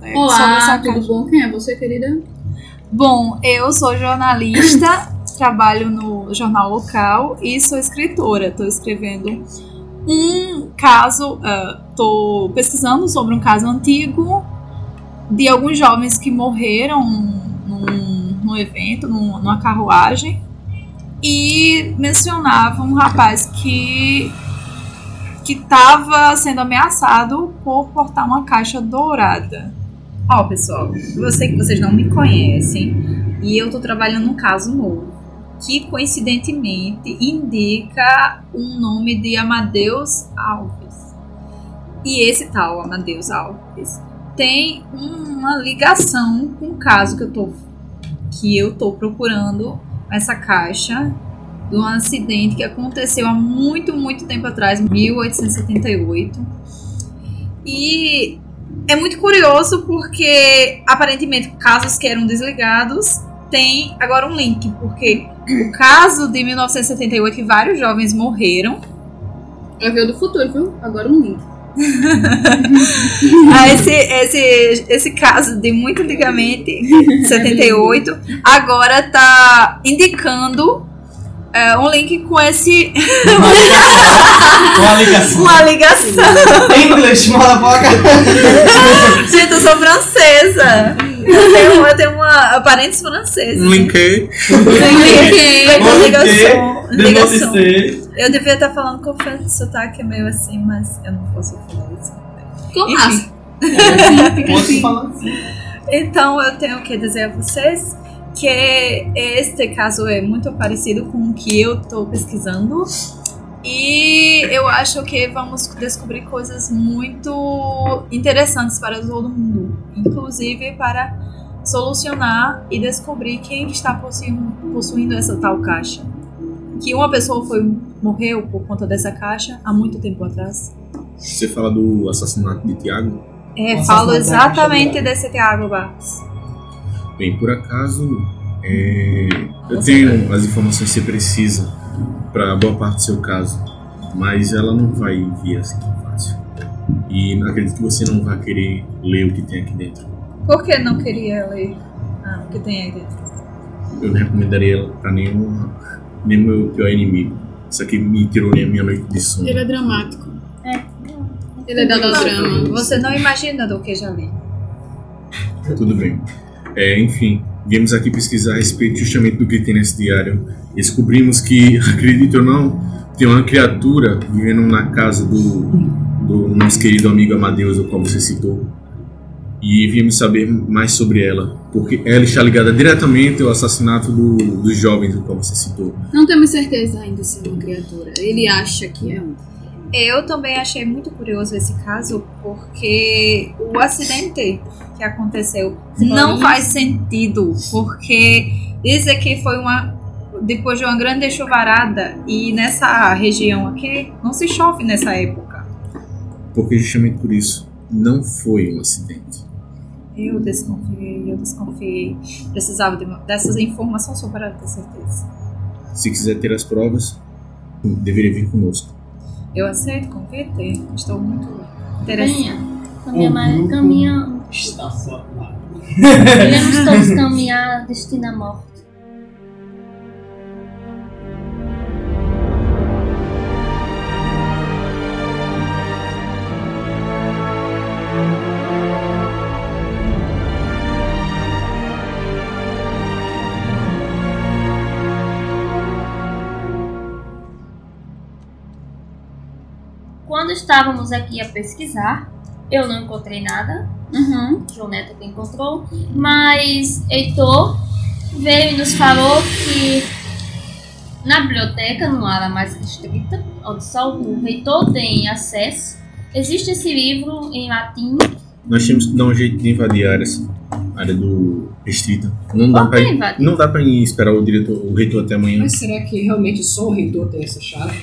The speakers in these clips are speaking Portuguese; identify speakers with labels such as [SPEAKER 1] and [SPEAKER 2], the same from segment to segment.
[SPEAKER 1] né?
[SPEAKER 2] Olá,
[SPEAKER 3] sobre essa
[SPEAKER 2] tudo bom? Quem é você, querida?
[SPEAKER 3] Bom, eu sou jornalista, trabalho no jornal local e sou escritora. Estou escrevendo um caso, estou pesquisando sobre um caso antigo de alguns jovens que morreram num, num evento, num- numa carruagem, e mencionava um rapaz que que estava sendo ameaçado por portar uma caixa dourada.
[SPEAKER 1] Ó, pessoal, você, vocês não me conhecem e eu tô trabalhando um caso novo que coincidentemente indica um nome de Amadeus Alves. E esse tal Amadeus Alves tem uma ligação com o caso que eu tô que eu tô procurando essa caixa de um acidente que aconteceu há muito, muito tempo atrás, 1878. E é muito curioso porque aparentemente casos que eram desligados tem agora um link, porque o caso de 1978 que vários jovens morreram,
[SPEAKER 2] Já veio do futuro, viu? Agora um link.
[SPEAKER 1] ah, esse, esse, esse caso de muito antigamente, 78, agora tá indicando é, um link com esse
[SPEAKER 4] Uma ligação.
[SPEAKER 1] uma ligação.
[SPEAKER 4] English, motherfucker.
[SPEAKER 1] Gente, eu sou francesa. Eu tenho, eu tenho uma parentes franceses.
[SPEAKER 5] Um linkei.
[SPEAKER 1] Vai com
[SPEAKER 4] Um link.
[SPEAKER 1] ligação. Ligação.
[SPEAKER 4] Demorei.
[SPEAKER 1] Eu devia estar falando com o sotaque meio assim, mas eu não posso falar isso.
[SPEAKER 2] Como
[SPEAKER 1] Enfim.
[SPEAKER 2] assim? Fica
[SPEAKER 4] Posso
[SPEAKER 2] assim.
[SPEAKER 4] falar assim?
[SPEAKER 1] Então eu tenho que dizer a vocês que este caso é muito parecido com o que eu estou pesquisando.
[SPEAKER 3] E eu acho que vamos descobrir coisas muito interessantes para todo mundo, inclusive para solucionar e descobrir quem está possuindo, possuindo essa tal caixa. Que uma pessoa foi morreu por conta dessa caixa há muito tempo atrás.
[SPEAKER 5] Você fala do assassinato de Tiago?
[SPEAKER 1] É,
[SPEAKER 4] Nossa,
[SPEAKER 1] falo
[SPEAKER 4] saudade,
[SPEAKER 1] exatamente
[SPEAKER 4] saudade.
[SPEAKER 1] desse Thiago Barros.
[SPEAKER 5] Bem, por acaso, é, eu tenho as informações que você precisa para boa parte do seu caso, mas ela não vai vir assim tão fácil. E acredito que você não vai querer ler o que tem aqui dentro.
[SPEAKER 1] Por que não queria ler ah, o que tem aí dentro?
[SPEAKER 5] Eu não recomendaria ela para nenhum, nem meu pior inimigo. Isso aqui me tirou nem a minha noite de sono.
[SPEAKER 2] Ele é dramático. É. Ele é dado ao drama.
[SPEAKER 1] Você não imagina do que já li.
[SPEAKER 5] Tudo bem. É, enfim, viemos aqui pesquisar a respeito justamente do que tem nesse diário. Descobrimos que, acredito ou não, tem uma criatura vivendo na casa do, do nosso querido amigo Amadeus, o qual você citou. E viemos saber mais sobre ela, porque ela está ligada diretamente ao assassinato do, dos jovens, o qual você citou.
[SPEAKER 2] Não temos certeza ainda se é uma criatura. Ele acha que é um.
[SPEAKER 1] Eu também achei muito curioso esse caso porque o acidente que aconteceu não
[SPEAKER 2] Uhum.
[SPEAKER 1] faz sentido, porque dizem que foi uma depois de uma grande chuvarada e nessa região aqui não se chove nessa época.
[SPEAKER 5] Porque justamente por isso, não foi um acidente.
[SPEAKER 1] Eu desconfiei, eu desconfiei. Precisava de uma- dessas informações só para ter certeza.
[SPEAKER 5] Se quiser ter as provas, deveria vir conosco.
[SPEAKER 1] Eu aceito o convite, estou muito interessada.
[SPEAKER 6] Caminha. Caminha,
[SPEAKER 4] O
[SPEAKER 6] mas
[SPEAKER 4] grupo-
[SPEAKER 6] caminha.
[SPEAKER 4] Está formado.
[SPEAKER 6] Iremos todos caminhar, destino à morte. Quando estávamos aqui a pesquisar, eu não encontrei nada,
[SPEAKER 2] Uhum.
[SPEAKER 6] João Neto que encontrou, mas Heitor veio e nos falou que na biblioteca, numa área mais restrita, onde só o reitor tem acesso, existe esse livro em latim.
[SPEAKER 5] Nós temos que dar um jeito de invadir a área, assim, a área do restrita. Não dá, pra,
[SPEAKER 6] Ok,
[SPEAKER 5] ir-
[SPEAKER 6] Vati.
[SPEAKER 5] não dá pra ir esperar o diretor, o reitor até amanhã.
[SPEAKER 7] Mas será que realmente só o reitor tem essa chave?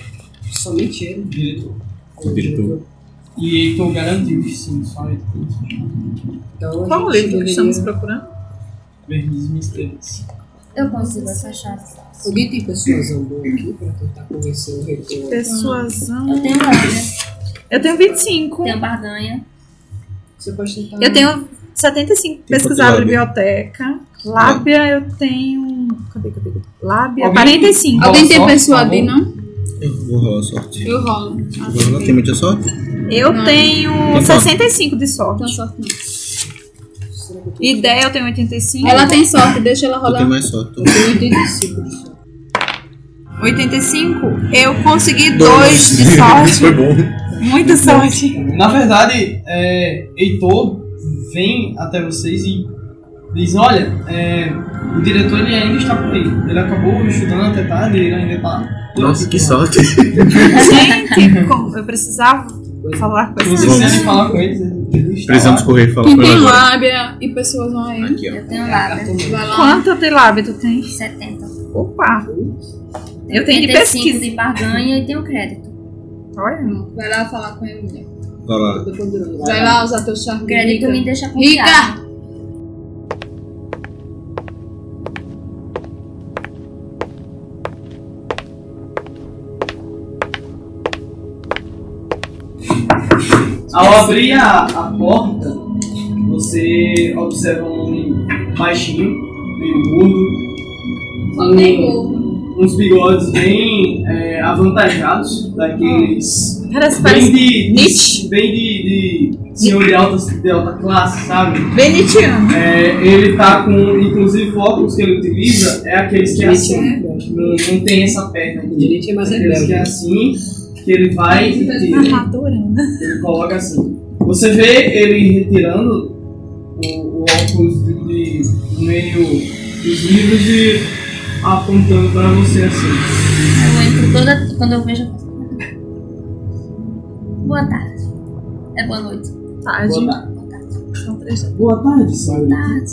[SPEAKER 7] Somente ele?
[SPEAKER 4] Diretor.
[SPEAKER 5] O diretor.
[SPEAKER 4] E Heitor garantiu que sim, só ele tem essa chave.
[SPEAKER 7] Então, a
[SPEAKER 1] Qual
[SPEAKER 7] gente
[SPEAKER 1] livro que
[SPEAKER 7] deveria-
[SPEAKER 1] estamos procurando?
[SPEAKER 4] Vermes e mistérios.
[SPEAKER 6] Eu consigo essa chave fácil.
[SPEAKER 7] Alguém tem pessoas andou aqui para tentar convencer o reitor?
[SPEAKER 1] Persuasão.
[SPEAKER 6] Eu tenho lá, né?
[SPEAKER 1] Eu tenho 25.
[SPEAKER 6] Tenho barganha.
[SPEAKER 7] Você pode tentar. um
[SPEAKER 1] Eu tenho 75
[SPEAKER 8] Tem
[SPEAKER 1] pesquisar a
[SPEAKER 8] quanto lábia?
[SPEAKER 1] biblioteca. Lábia eu tenho. Cadê, cadê? cadê? Lábia.
[SPEAKER 4] Alguém?
[SPEAKER 1] 45.
[SPEAKER 4] Ah,
[SPEAKER 2] Alguém tem
[SPEAKER 4] sorte,
[SPEAKER 2] persuadir,
[SPEAKER 4] tá
[SPEAKER 2] não?
[SPEAKER 8] Eu vou rolar a sorte.
[SPEAKER 2] Eu rolo. Ah,
[SPEAKER 8] Vou rolar,
[SPEAKER 2] ok.
[SPEAKER 8] tem muita sorte?
[SPEAKER 1] Eu
[SPEAKER 2] Não.
[SPEAKER 1] tenho
[SPEAKER 8] quanto?
[SPEAKER 1] 65 de sorte.
[SPEAKER 2] Então, sorte não.
[SPEAKER 1] Ideia eu tenho 85.
[SPEAKER 2] Ela tem sorte, deixa ela
[SPEAKER 8] Eu tenho
[SPEAKER 2] rolar.
[SPEAKER 8] mais sorte.
[SPEAKER 7] Eu tenho 85 de sorte.
[SPEAKER 3] 85, eu consegui dois de sorte.
[SPEAKER 8] Foi bom.
[SPEAKER 3] Muita sorte.
[SPEAKER 4] Na verdade, é, Heitor vem até vocês e diz, olha, é, o diretor ele ainda está por aí. Ele acabou estudando até tarde ele ainda está... por
[SPEAKER 8] Nossa,
[SPEAKER 4] aqui,
[SPEAKER 8] que
[SPEAKER 4] né?
[SPEAKER 8] sorte.
[SPEAKER 1] Gente, como- eu precisava falar com
[SPEAKER 4] Se
[SPEAKER 1] essa
[SPEAKER 4] vocês
[SPEAKER 8] Vamos.
[SPEAKER 4] quiserem falar com eles, ele está
[SPEAKER 5] Precisamos
[SPEAKER 4] lá.
[SPEAKER 5] correr e falar
[SPEAKER 2] Quem
[SPEAKER 5] com
[SPEAKER 2] tem
[SPEAKER 5] ela agora.
[SPEAKER 2] lábia e pessoas vão aí.
[SPEAKER 8] Aqui, ó.
[SPEAKER 6] Eu tenho né? lábia.
[SPEAKER 2] Vai lá.
[SPEAKER 1] Quanta telab tu tem?
[SPEAKER 6] 70.
[SPEAKER 1] Opa! Eu tenho de
[SPEAKER 6] 35
[SPEAKER 1] pesquisa.
[SPEAKER 6] de barganha e tenho crédito.
[SPEAKER 1] Olha.
[SPEAKER 2] Vai lá falar com a Emília.
[SPEAKER 8] Vai lá.
[SPEAKER 7] Eu tô ponderando.
[SPEAKER 2] Vai lá usar teu charme.
[SPEAKER 6] O crédito me deixa confiar.
[SPEAKER 2] Rica!
[SPEAKER 4] Ao abrir a, a porta, você observa um homem baixinho, meio gordo, uns bigodes bem é, avantajados, daqueles
[SPEAKER 1] Parece,
[SPEAKER 4] bem
[SPEAKER 1] parece
[SPEAKER 4] de,
[SPEAKER 1] Nietzsche.
[SPEAKER 4] bem de, de senhor de alta, de alta classe, sabe?
[SPEAKER 1] bem nitiano.
[SPEAKER 4] É, ele tá com, inclusive, o óculos que ele utiliza é aqueles que é assim, não, não tem essa perna
[SPEAKER 7] O
[SPEAKER 4] aqui.
[SPEAKER 7] direito é mais
[SPEAKER 4] Aqueles que é
[SPEAKER 7] rebelde.
[SPEAKER 4] assim, que ele vai e tira.
[SPEAKER 1] Ah, adorando.
[SPEAKER 4] Ele coloca assim. Você vê ele retirando o, o óculos de, de- do meio dos livros e apontando para você assim.
[SPEAKER 6] Eu entro toda. Quando eu vejo. eu faço. Boa tarde. É boa noite.
[SPEAKER 1] Tarde.
[SPEAKER 4] Boa tarde. Boa tarde, senhor.
[SPEAKER 6] Tarde.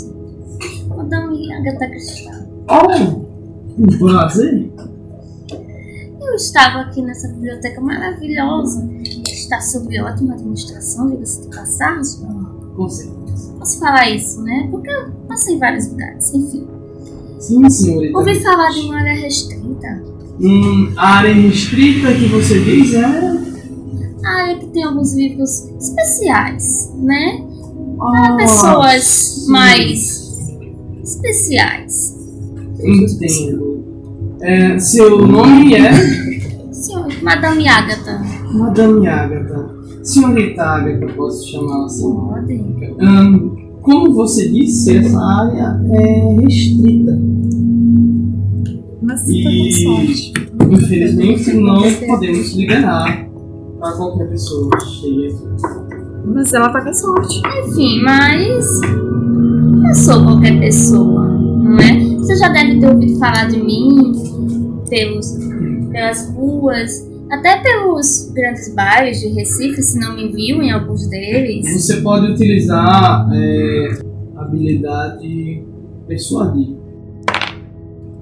[SPEAKER 6] Vou dar um Agatha Cristal.
[SPEAKER 4] Oh, um prazer.
[SPEAKER 6] Eu estava aqui nessa biblioteca maravilhosa. que Está sob ótima administração, diga-se de passagem.
[SPEAKER 4] Com certeza.
[SPEAKER 6] Posso falar isso, né? Porque eu passei em vários lugares. Enfim.
[SPEAKER 4] Sim, senhorita.
[SPEAKER 6] Ouvi falar de uma área restrita.
[SPEAKER 4] Hum, a área restrita que você diz é...
[SPEAKER 6] A área Ah, é que tem alguns livros especiais, né?
[SPEAKER 4] Ah,
[SPEAKER 6] pessoas
[SPEAKER 4] sim.
[SPEAKER 6] mais especiais.
[SPEAKER 4] Entendo. É, seu nome é...
[SPEAKER 6] Senhor, Madame Agatha.
[SPEAKER 4] Madame Agatha. Senhorita Agatha, posso chamá-la assim?
[SPEAKER 6] Ordem.
[SPEAKER 4] Ahn, como você disse, essa área é restrita.
[SPEAKER 1] Mas você tá com sorte.
[SPEAKER 4] E infelizmente não podemos liberar para qualquer pessoa que chegue aqui.
[SPEAKER 1] Mas ela tá com sorte.
[SPEAKER 6] Enfim, mas. Não sou qualquer pessoa, não é? Você já deve ter ouvido falar de mim pelos, pelas ruas, até pelos grandes bairros de Recife, se não me viu em alguns deles.
[SPEAKER 4] Você pode utilizar é, a habilidade persuadir.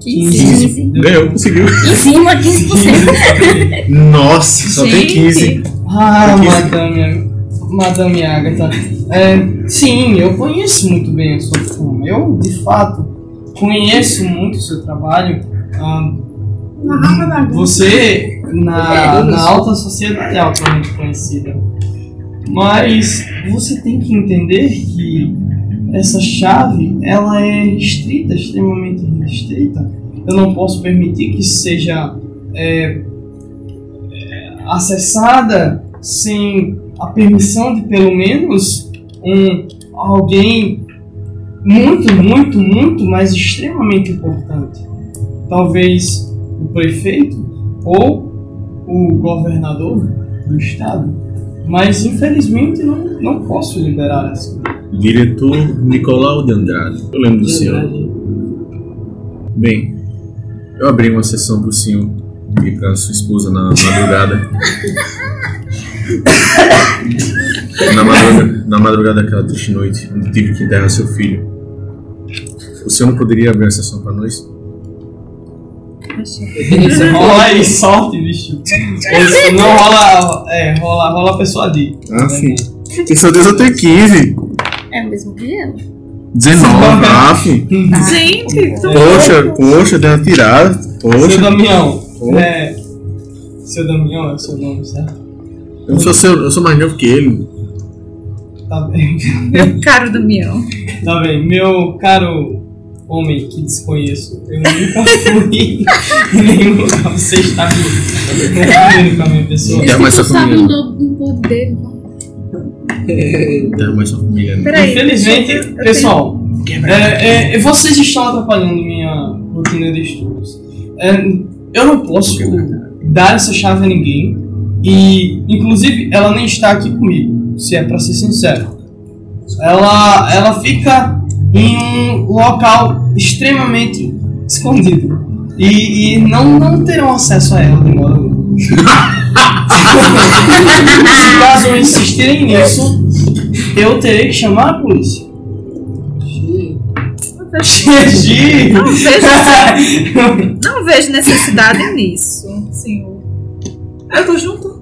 [SPEAKER 6] 15.
[SPEAKER 5] Ganhou, conseguiu.
[SPEAKER 6] Em cima, 15%.
[SPEAKER 3] É.
[SPEAKER 5] Nossa, só tem 15.
[SPEAKER 4] Ah, madame, madame Agatha. É, sim, eu conheço muito bem a sua fama. Eu, de fato, conheço muito o seu trabalho. Ah, você, na, na alta sociedade, é altamente conhecida. Mas você tem que entender que essa chave, ela é restrita, extremamente restrita. Eu não posso permitir que seja... é, acessada sem a permissão de pelo menos um alguém muito, muito, muito, mas extremamente importante. Talvez o prefeito ou o governador do estado. Mas infelizmente não, não posso liberar essa.
[SPEAKER 5] Diretor Nicolau de Andrade. Eu lembro do senhor. Bem, eu abri uma sessão pro senhor e pra sua esposa na madrugada. na, madrugada na madrugada daquela triste noite, onde tive que enterrar seu filho. O senhor não poderia abrir a sessão pra nós?
[SPEAKER 4] Rola aí, sorte, bicho. Esse não rola. É, rola, rola persuadir.
[SPEAKER 5] Ah, sim. Que seu Deus, eu tenho 15.
[SPEAKER 6] É o mesmo que eu.
[SPEAKER 5] 19, ah, fi.
[SPEAKER 1] Gente, tu
[SPEAKER 5] Poxa, poxa, deu uma tirada.
[SPEAKER 4] Seu
[SPEAKER 5] Poxa,
[SPEAKER 4] Damião.
[SPEAKER 5] Oh.
[SPEAKER 4] É. Seu Damião é o seu nome, certo?
[SPEAKER 5] eu sou, seu, eu sou mais novo que ele.
[SPEAKER 4] Tá bem.
[SPEAKER 1] Meu caro Damião.
[SPEAKER 4] Tá bem. Meu caro homem que desconheço, eu nunca fui em nenhum lugar. Você está aqui. Eu nunca fui com a minha pessoa.
[SPEAKER 5] Dá É mais sua
[SPEAKER 2] Sabe o
[SPEAKER 5] família.
[SPEAKER 2] nome um pouco dele?
[SPEAKER 5] Dá mais sua família. né?
[SPEAKER 1] Peraí.
[SPEAKER 4] Infelizmente,
[SPEAKER 1] deixa eu- eu
[SPEAKER 4] pessoal, é, é, vocês estão atrapalhando minha rotina de estudos. É, eu não posso dar essa chave a ninguém. E, inclusive, ela nem está aqui comigo, se é pra ser sincero. Ela, ela fica em um local extremamente escondido. E, e não, não terão acesso a ela de modo algum. se caso insistirem nisso, eu terei que chamar a polícia. Gigi!
[SPEAKER 1] Não vejo, não vejo necessidade nisso, senhor. Eu tô junto?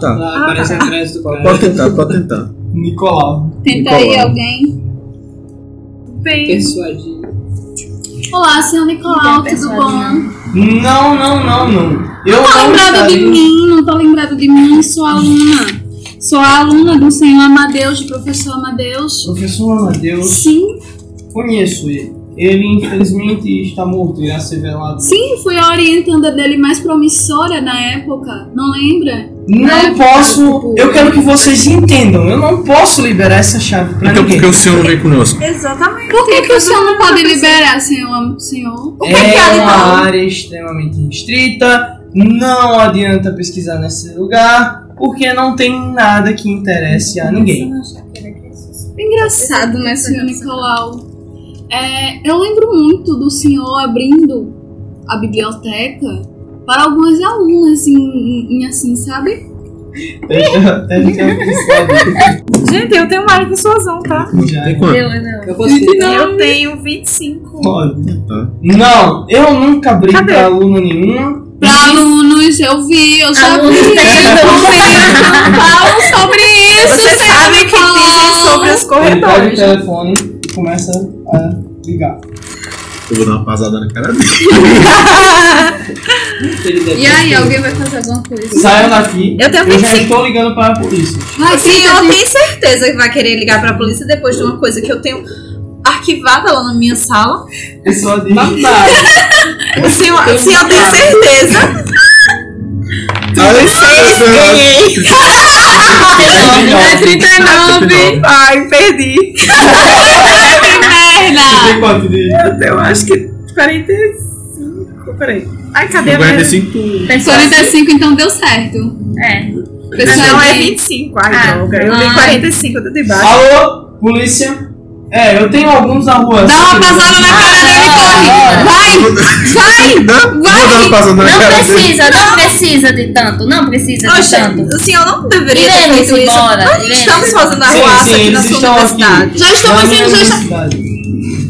[SPEAKER 8] Tá.
[SPEAKER 7] Ela aparece atrás do cara.
[SPEAKER 8] Pode tentar, pode tentar.
[SPEAKER 5] é?
[SPEAKER 4] Nicolau.
[SPEAKER 2] Tenta
[SPEAKER 8] Nicolau.
[SPEAKER 2] aí alguém.
[SPEAKER 1] Bem,
[SPEAKER 7] Persuadir.
[SPEAKER 2] Olá, seu Nicolau,
[SPEAKER 6] Ninguém
[SPEAKER 2] tudo
[SPEAKER 6] percebe,
[SPEAKER 2] bom?
[SPEAKER 4] Não, não, não, não. Eu
[SPEAKER 2] Tá
[SPEAKER 4] não
[SPEAKER 2] lembrado de
[SPEAKER 4] estarei-
[SPEAKER 2] mim, não tá lembrado de mim, sou aluna. Sou a aluna do senhor Amadeus, do professor Amadeus.
[SPEAKER 4] Professor Amadeus,
[SPEAKER 2] Sim,
[SPEAKER 4] conheço ele. Ele infelizmente está morto, irá ser velado.
[SPEAKER 2] sim, fui a orientanda dele mais promissora na época, não lembra?
[SPEAKER 4] Não posso. Eu quero que vocês entendam. Eu não posso liberar essa chave pra
[SPEAKER 5] Então por que
[SPEAKER 4] ninguém.
[SPEAKER 5] o senhor não vem conosco?
[SPEAKER 1] exatamente.
[SPEAKER 2] Por que, que o senhor não pode liberar, senhor? am- senhor?
[SPEAKER 4] É uma área extremamente restrita. Não adianta pesquisar nesse lugar, porque não tem nada que interesse a ninguém.
[SPEAKER 2] Engraçado, né, senhor Nicolau? É, eu lembro muito do senhor abrindo a biblioteca para algumas alunas em, em- em assim, sabe?
[SPEAKER 4] Deixa- deixa eu pensar.
[SPEAKER 1] Gente, eu tenho mais persuasão, tá?
[SPEAKER 4] Já
[SPEAKER 5] Tem quanto?
[SPEAKER 6] Eu, não.
[SPEAKER 7] Eu posso
[SPEAKER 2] né?
[SPEAKER 7] tentar.
[SPEAKER 1] Eu tenho 25.
[SPEAKER 4] Pode.
[SPEAKER 5] Tá.
[SPEAKER 4] Não, eu nunca abri
[SPEAKER 1] Cadê?
[SPEAKER 4] pra aluna nenhuma.
[SPEAKER 1] Uhum.
[SPEAKER 2] Para alunos, eu vi, eu já
[SPEAKER 6] Alunos
[SPEAKER 2] vi.
[SPEAKER 6] tem-
[SPEAKER 2] Falam sobre isso,
[SPEAKER 1] Vocês sabem que tem sobre os
[SPEAKER 4] Ele pega o
[SPEAKER 1] corredores.
[SPEAKER 4] telefone e começa a ligar.
[SPEAKER 5] Eu vou dar uma pasada na cara dele.
[SPEAKER 2] E aí, alguém vai fazer alguma coisa?
[SPEAKER 4] Saiam daqui.
[SPEAKER 1] Eu tenho
[SPEAKER 4] já
[SPEAKER 1] 25.
[SPEAKER 4] estou ligando para a polícia.
[SPEAKER 2] Vai,
[SPEAKER 1] Sim,
[SPEAKER 2] fica,
[SPEAKER 1] eu
[SPEAKER 2] gente.
[SPEAKER 1] tenho certeza que vai querer ligar pra polícia depois de uma coisa que eu tenho arquivada lá na minha sala.
[SPEAKER 4] Pessoal de.
[SPEAKER 1] O senhor, sim, eu tenho certeza.
[SPEAKER 5] Tá Ganhei!
[SPEAKER 1] É 39. Ai, perdi.
[SPEAKER 2] é Perna!
[SPEAKER 4] Tem quanto de.
[SPEAKER 1] Eu acho que 45. Peraí. Ai, cadê a minha?
[SPEAKER 5] 45 tu.
[SPEAKER 6] Pessoal,
[SPEAKER 2] 45, então deu certo.
[SPEAKER 6] é.
[SPEAKER 1] Não,
[SPEAKER 2] Pessoal,
[SPEAKER 1] não, é
[SPEAKER 2] bem-
[SPEAKER 1] 25. Ai,
[SPEAKER 6] Ah,
[SPEAKER 1] droga. Eu dei
[SPEAKER 6] ai.
[SPEAKER 1] 45 do debaixo.
[SPEAKER 4] Alô, polícia? É, eu tenho alguns na rua. assim,
[SPEAKER 2] Dá uma passada na cara dele, corre! Vai!
[SPEAKER 5] Dá vou dar uma pasada na
[SPEAKER 6] Não
[SPEAKER 5] cara dele.
[SPEAKER 6] precisa, não precisa de tanto. Não precisa de
[SPEAKER 1] Oxe,
[SPEAKER 6] tanto.
[SPEAKER 1] o senhor assim, não deveria ter
[SPEAKER 6] Irene,
[SPEAKER 1] feito isso.
[SPEAKER 6] embora.
[SPEAKER 1] Nós não
[SPEAKER 6] Irene.
[SPEAKER 1] estamos fazendo
[SPEAKER 4] Sim,
[SPEAKER 1] arruada
[SPEAKER 4] sim,
[SPEAKER 1] aqui na
[SPEAKER 4] eles
[SPEAKER 1] sua
[SPEAKER 4] estão aqui.
[SPEAKER 1] universidade.
[SPEAKER 2] Já estamos sendo, já estamos.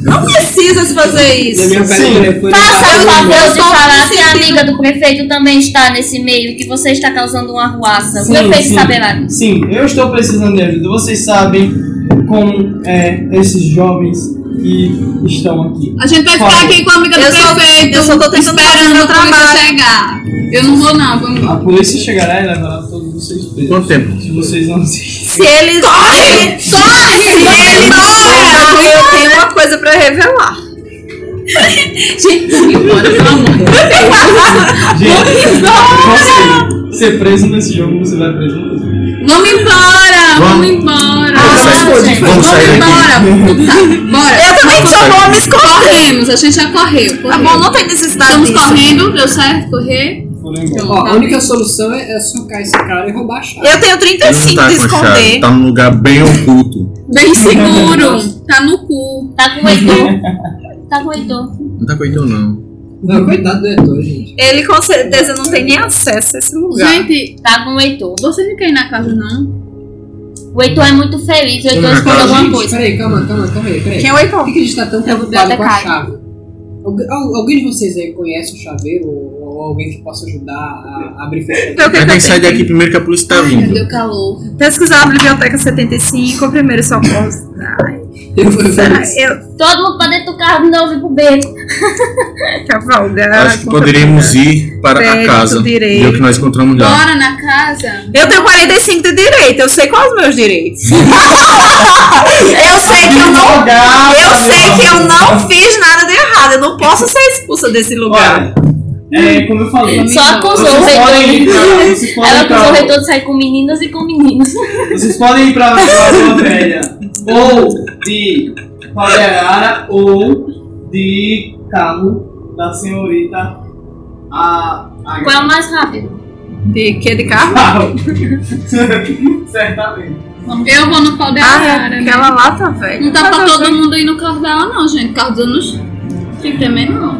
[SPEAKER 1] Não precisa se fazer isso.
[SPEAKER 7] Eu pego o telefone.
[SPEAKER 4] assim,
[SPEAKER 6] Faça o favor de
[SPEAKER 1] sou
[SPEAKER 6] falar que a
[SPEAKER 1] sentido.
[SPEAKER 6] amiga do prefeito também está nesse meio, que você está causando uma arruaça.
[SPEAKER 4] Sim,
[SPEAKER 6] o prefeito
[SPEAKER 4] sim.
[SPEAKER 6] saberá disso.
[SPEAKER 4] Sim, eu estou precisando de ajuda. Vocês sabem como é, esses jovens que estão aqui.
[SPEAKER 2] A gente vai ficar
[SPEAKER 4] Olha,
[SPEAKER 2] aqui com a amiga do
[SPEAKER 1] eu só-
[SPEAKER 2] prefeito.
[SPEAKER 1] eu só tô tentando fazer
[SPEAKER 2] esperando
[SPEAKER 1] meu
[SPEAKER 2] a polícia
[SPEAKER 1] trabalho.
[SPEAKER 2] chegar. Eu não vou não, vamos
[SPEAKER 4] A polícia chegará e levará todos vocês presos.
[SPEAKER 5] Quanto tempo?
[SPEAKER 4] Se vocês não se.
[SPEAKER 1] Se ele. Corre! Se ele não for, eu tenho uma coisa pra revelar.
[SPEAKER 4] Gente, você ser preso nesse jogo, você vai preso mesmo.
[SPEAKER 2] Vamos embora, vamos
[SPEAKER 5] Vamos.
[SPEAKER 2] embora.
[SPEAKER 5] Vamos sair, vamos sair daqui.
[SPEAKER 2] Vamos embora. Bora.
[SPEAKER 1] Eu também sou bom me esconder.
[SPEAKER 2] Corremos, a gente já correu.
[SPEAKER 1] Tá bom, não tem necessidade
[SPEAKER 2] Estamos
[SPEAKER 1] disso.
[SPEAKER 2] correndo, deu certo? Correr.
[SPEAKER 4] Foram embora.
[SPEAKER 7] Ó, a única solução é, é socar esse cara e roubar a chave.
[SPEAKER 1] Eu tenho
[SPEAKER 5] Ele não
[SPEAKER 1] 35
[SPEAKER 5] tá
[SPEAKER 1] de
[SPEAKER 5] com chave,
[SPEAKER 1] esconder.
[SPEAKER 5] tá num lugar bem oculto.
[SPEAKER 2] Bem seguro. Tá no cu.
[SPEAKER 6] Tá com o Heitor. tá com o Heitor.
[SPEAKER 5] Não tá com então não.
[SPEAKER 7] Não, coitado do Heitor, gente.
[SPEAKER 1] Ele com certeza não tem nem acesso a esse lugar.
[SPEAKER 2] Gente,
[SPEAKER 6] Tá com o Heitor.
[SPEAKER 2] vocês não querem ir na casa, não?
[SPEAKER 6] O Heitor é muito feliz. O Heitor
[SPEAKER 5] Não,
[SPEAKER 6] escolheu
[SPEAKER 5] cara,
[SPEAKER 6] alguma
[SPEAKER 7] Gente,
[SPEAKER 6] coisa.
[SPEAKER 7] peraí, calma, calma, calma aí, peraí.
[SPEAKER 1] Quem é o
[SPEAKER 7] Por
[SPEAKER 1] Heitor?
[SPEAKER 7] que que a gente tá tão preocupado com a
[SPEAKER 6] bibliotecário.
[SPEAKER 7] chave? Algu- al- alguém de vocês aí conhece o chaveiro ou, ou alguém que possa ajudar a abrir e fechar?
[SPEAKER 1] Então, o que
[SPEAKER 5] Mas
[SPEAKER 1] que
[SPEAKER 5] tem que
[SPEAKER 1] eu
[SPEAKER 5] sair
[SPEAKER 1] tenho
[SPEAKER 5] daqui primeiro que a polícia tá vindo.
[SPEAKER 2] Deu calor.
[SPEAKER 1] Pesquisar a biblioteca 75, primeiro socorro. Ai.
[SPEAKER 7] Eu vou fazer isso.
[SPEAKER 1] Eu,
[SPEAKER 6] Todo mundo pra dentro do carro não ouve pro beco.
[SPEAKER 1] cavalgar.
[SPEAKER 5] Acho que poderíamos ir para a
[SPEAKER 1] Certo,
[SPEAKER 5] casa.
[SPEAKER 1] direito.
[SPEAKER 5] Ver o que nós encontramos lá.
[SPEAKER 2] Bora na casa.
[SPEAKER 1] Eu tenho 45 de direito, eu sei quais os meus direitos. eu sei que eu não. Eu sei que eu não fiz nada de errado. Eu não posso ser expulsa desse lugar.
[SPEAKER 4] Olha, é como eu falei.
[SPEAKER 6] Só acusou o
[SPEAKER 4] Vocês podem ir
[SPEAKER 6] reitor.
[SPEAKER 4] pra, vocês podem
[SPEAKER 6] Ela
[SPEAKER 4] ir pra-
[SPEAKER 6] acusou o reitor de sair com meninas e com meninos.
[SPEAKER 4] vocês podem ir pra Lagoa Velha ou de Palerara ou de carro da senhorita a. a-
[SPEAKER 6] Qual é o mais rápido?
[SPEAKER 1] De que de carro?
[SPEAKER 4] Carro. Certamente.
[SPEAKER 2] Eu vou no pau da
[SPEAKER 1] Ah,
[SPEAKER 2] Arara,
[SPEAKER 1] é
[SPEAKER 2] né?
[SPEAKER 1] aquela lá tá velha.
[SPEAKER 2] Não tá pra todo mundo ir no carro dela, não, gente. Carro dos anos 30 menor.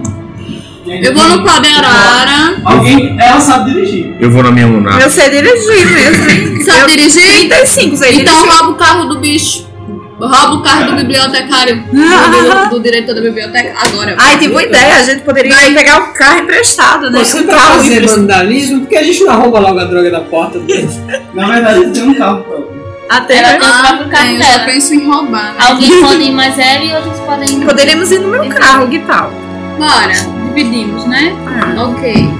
[SPEAKER 2] Eu vou no pau da Arara.
[SPEAKER 4] Alguém. Ela sabe dirigir.
[SPEAKER 5] Eu vou na minha lunar.
[SPEAKER 1] Eu sei dirigir mesmo, hein?
[SPEAKER 2] Sabe dirigir?
[SPEAKER 1] 35, sei dirigir.
[SPEAKER 2] Então rouba o carro do bicho. Rouba o carro do bibliotecário. Do, do diretor da biblioteca. Agora.
[SPEAKER 1] Ai, tive uma ideia, a gente poderia ir pegar o carro emprestado, né?
[SPEAKER 7] Você
[SPEAKER 1] Um
[SPEAKER 7] tá
[SPEAKER 1] carro
[SPEAKER 7] fazendo
[SPEAKER 1] emprestado.
[SPEAKER 7] vandalismo? Por que a gente não arromba logo a droga da porta?
[SPEAKER 4] Na verdade, tem um carro próprio.
[SPEAKER 1] Até
[SPEAKER 6] Ela tem o
[SPEAKER 2] Ah,
[SPEAKER 6] próprio
[SPEAKER 2] tem,
[SPEAKER 6] carro
[SPEAKER 2] eu só
[SPEAKER 6] dela.
[SPEAKER 2] penso em roubar, né?
[SPEAKER 6] Alguns podem ir mais ela e outros podem ir.
[SPEAKER 1] poderíamos ir no meu carro, que tal?
[SPEAKER 2] Bora, dividimos, né?
[SPEAKER 1] Ah.
[SPEAKER 2] Ok.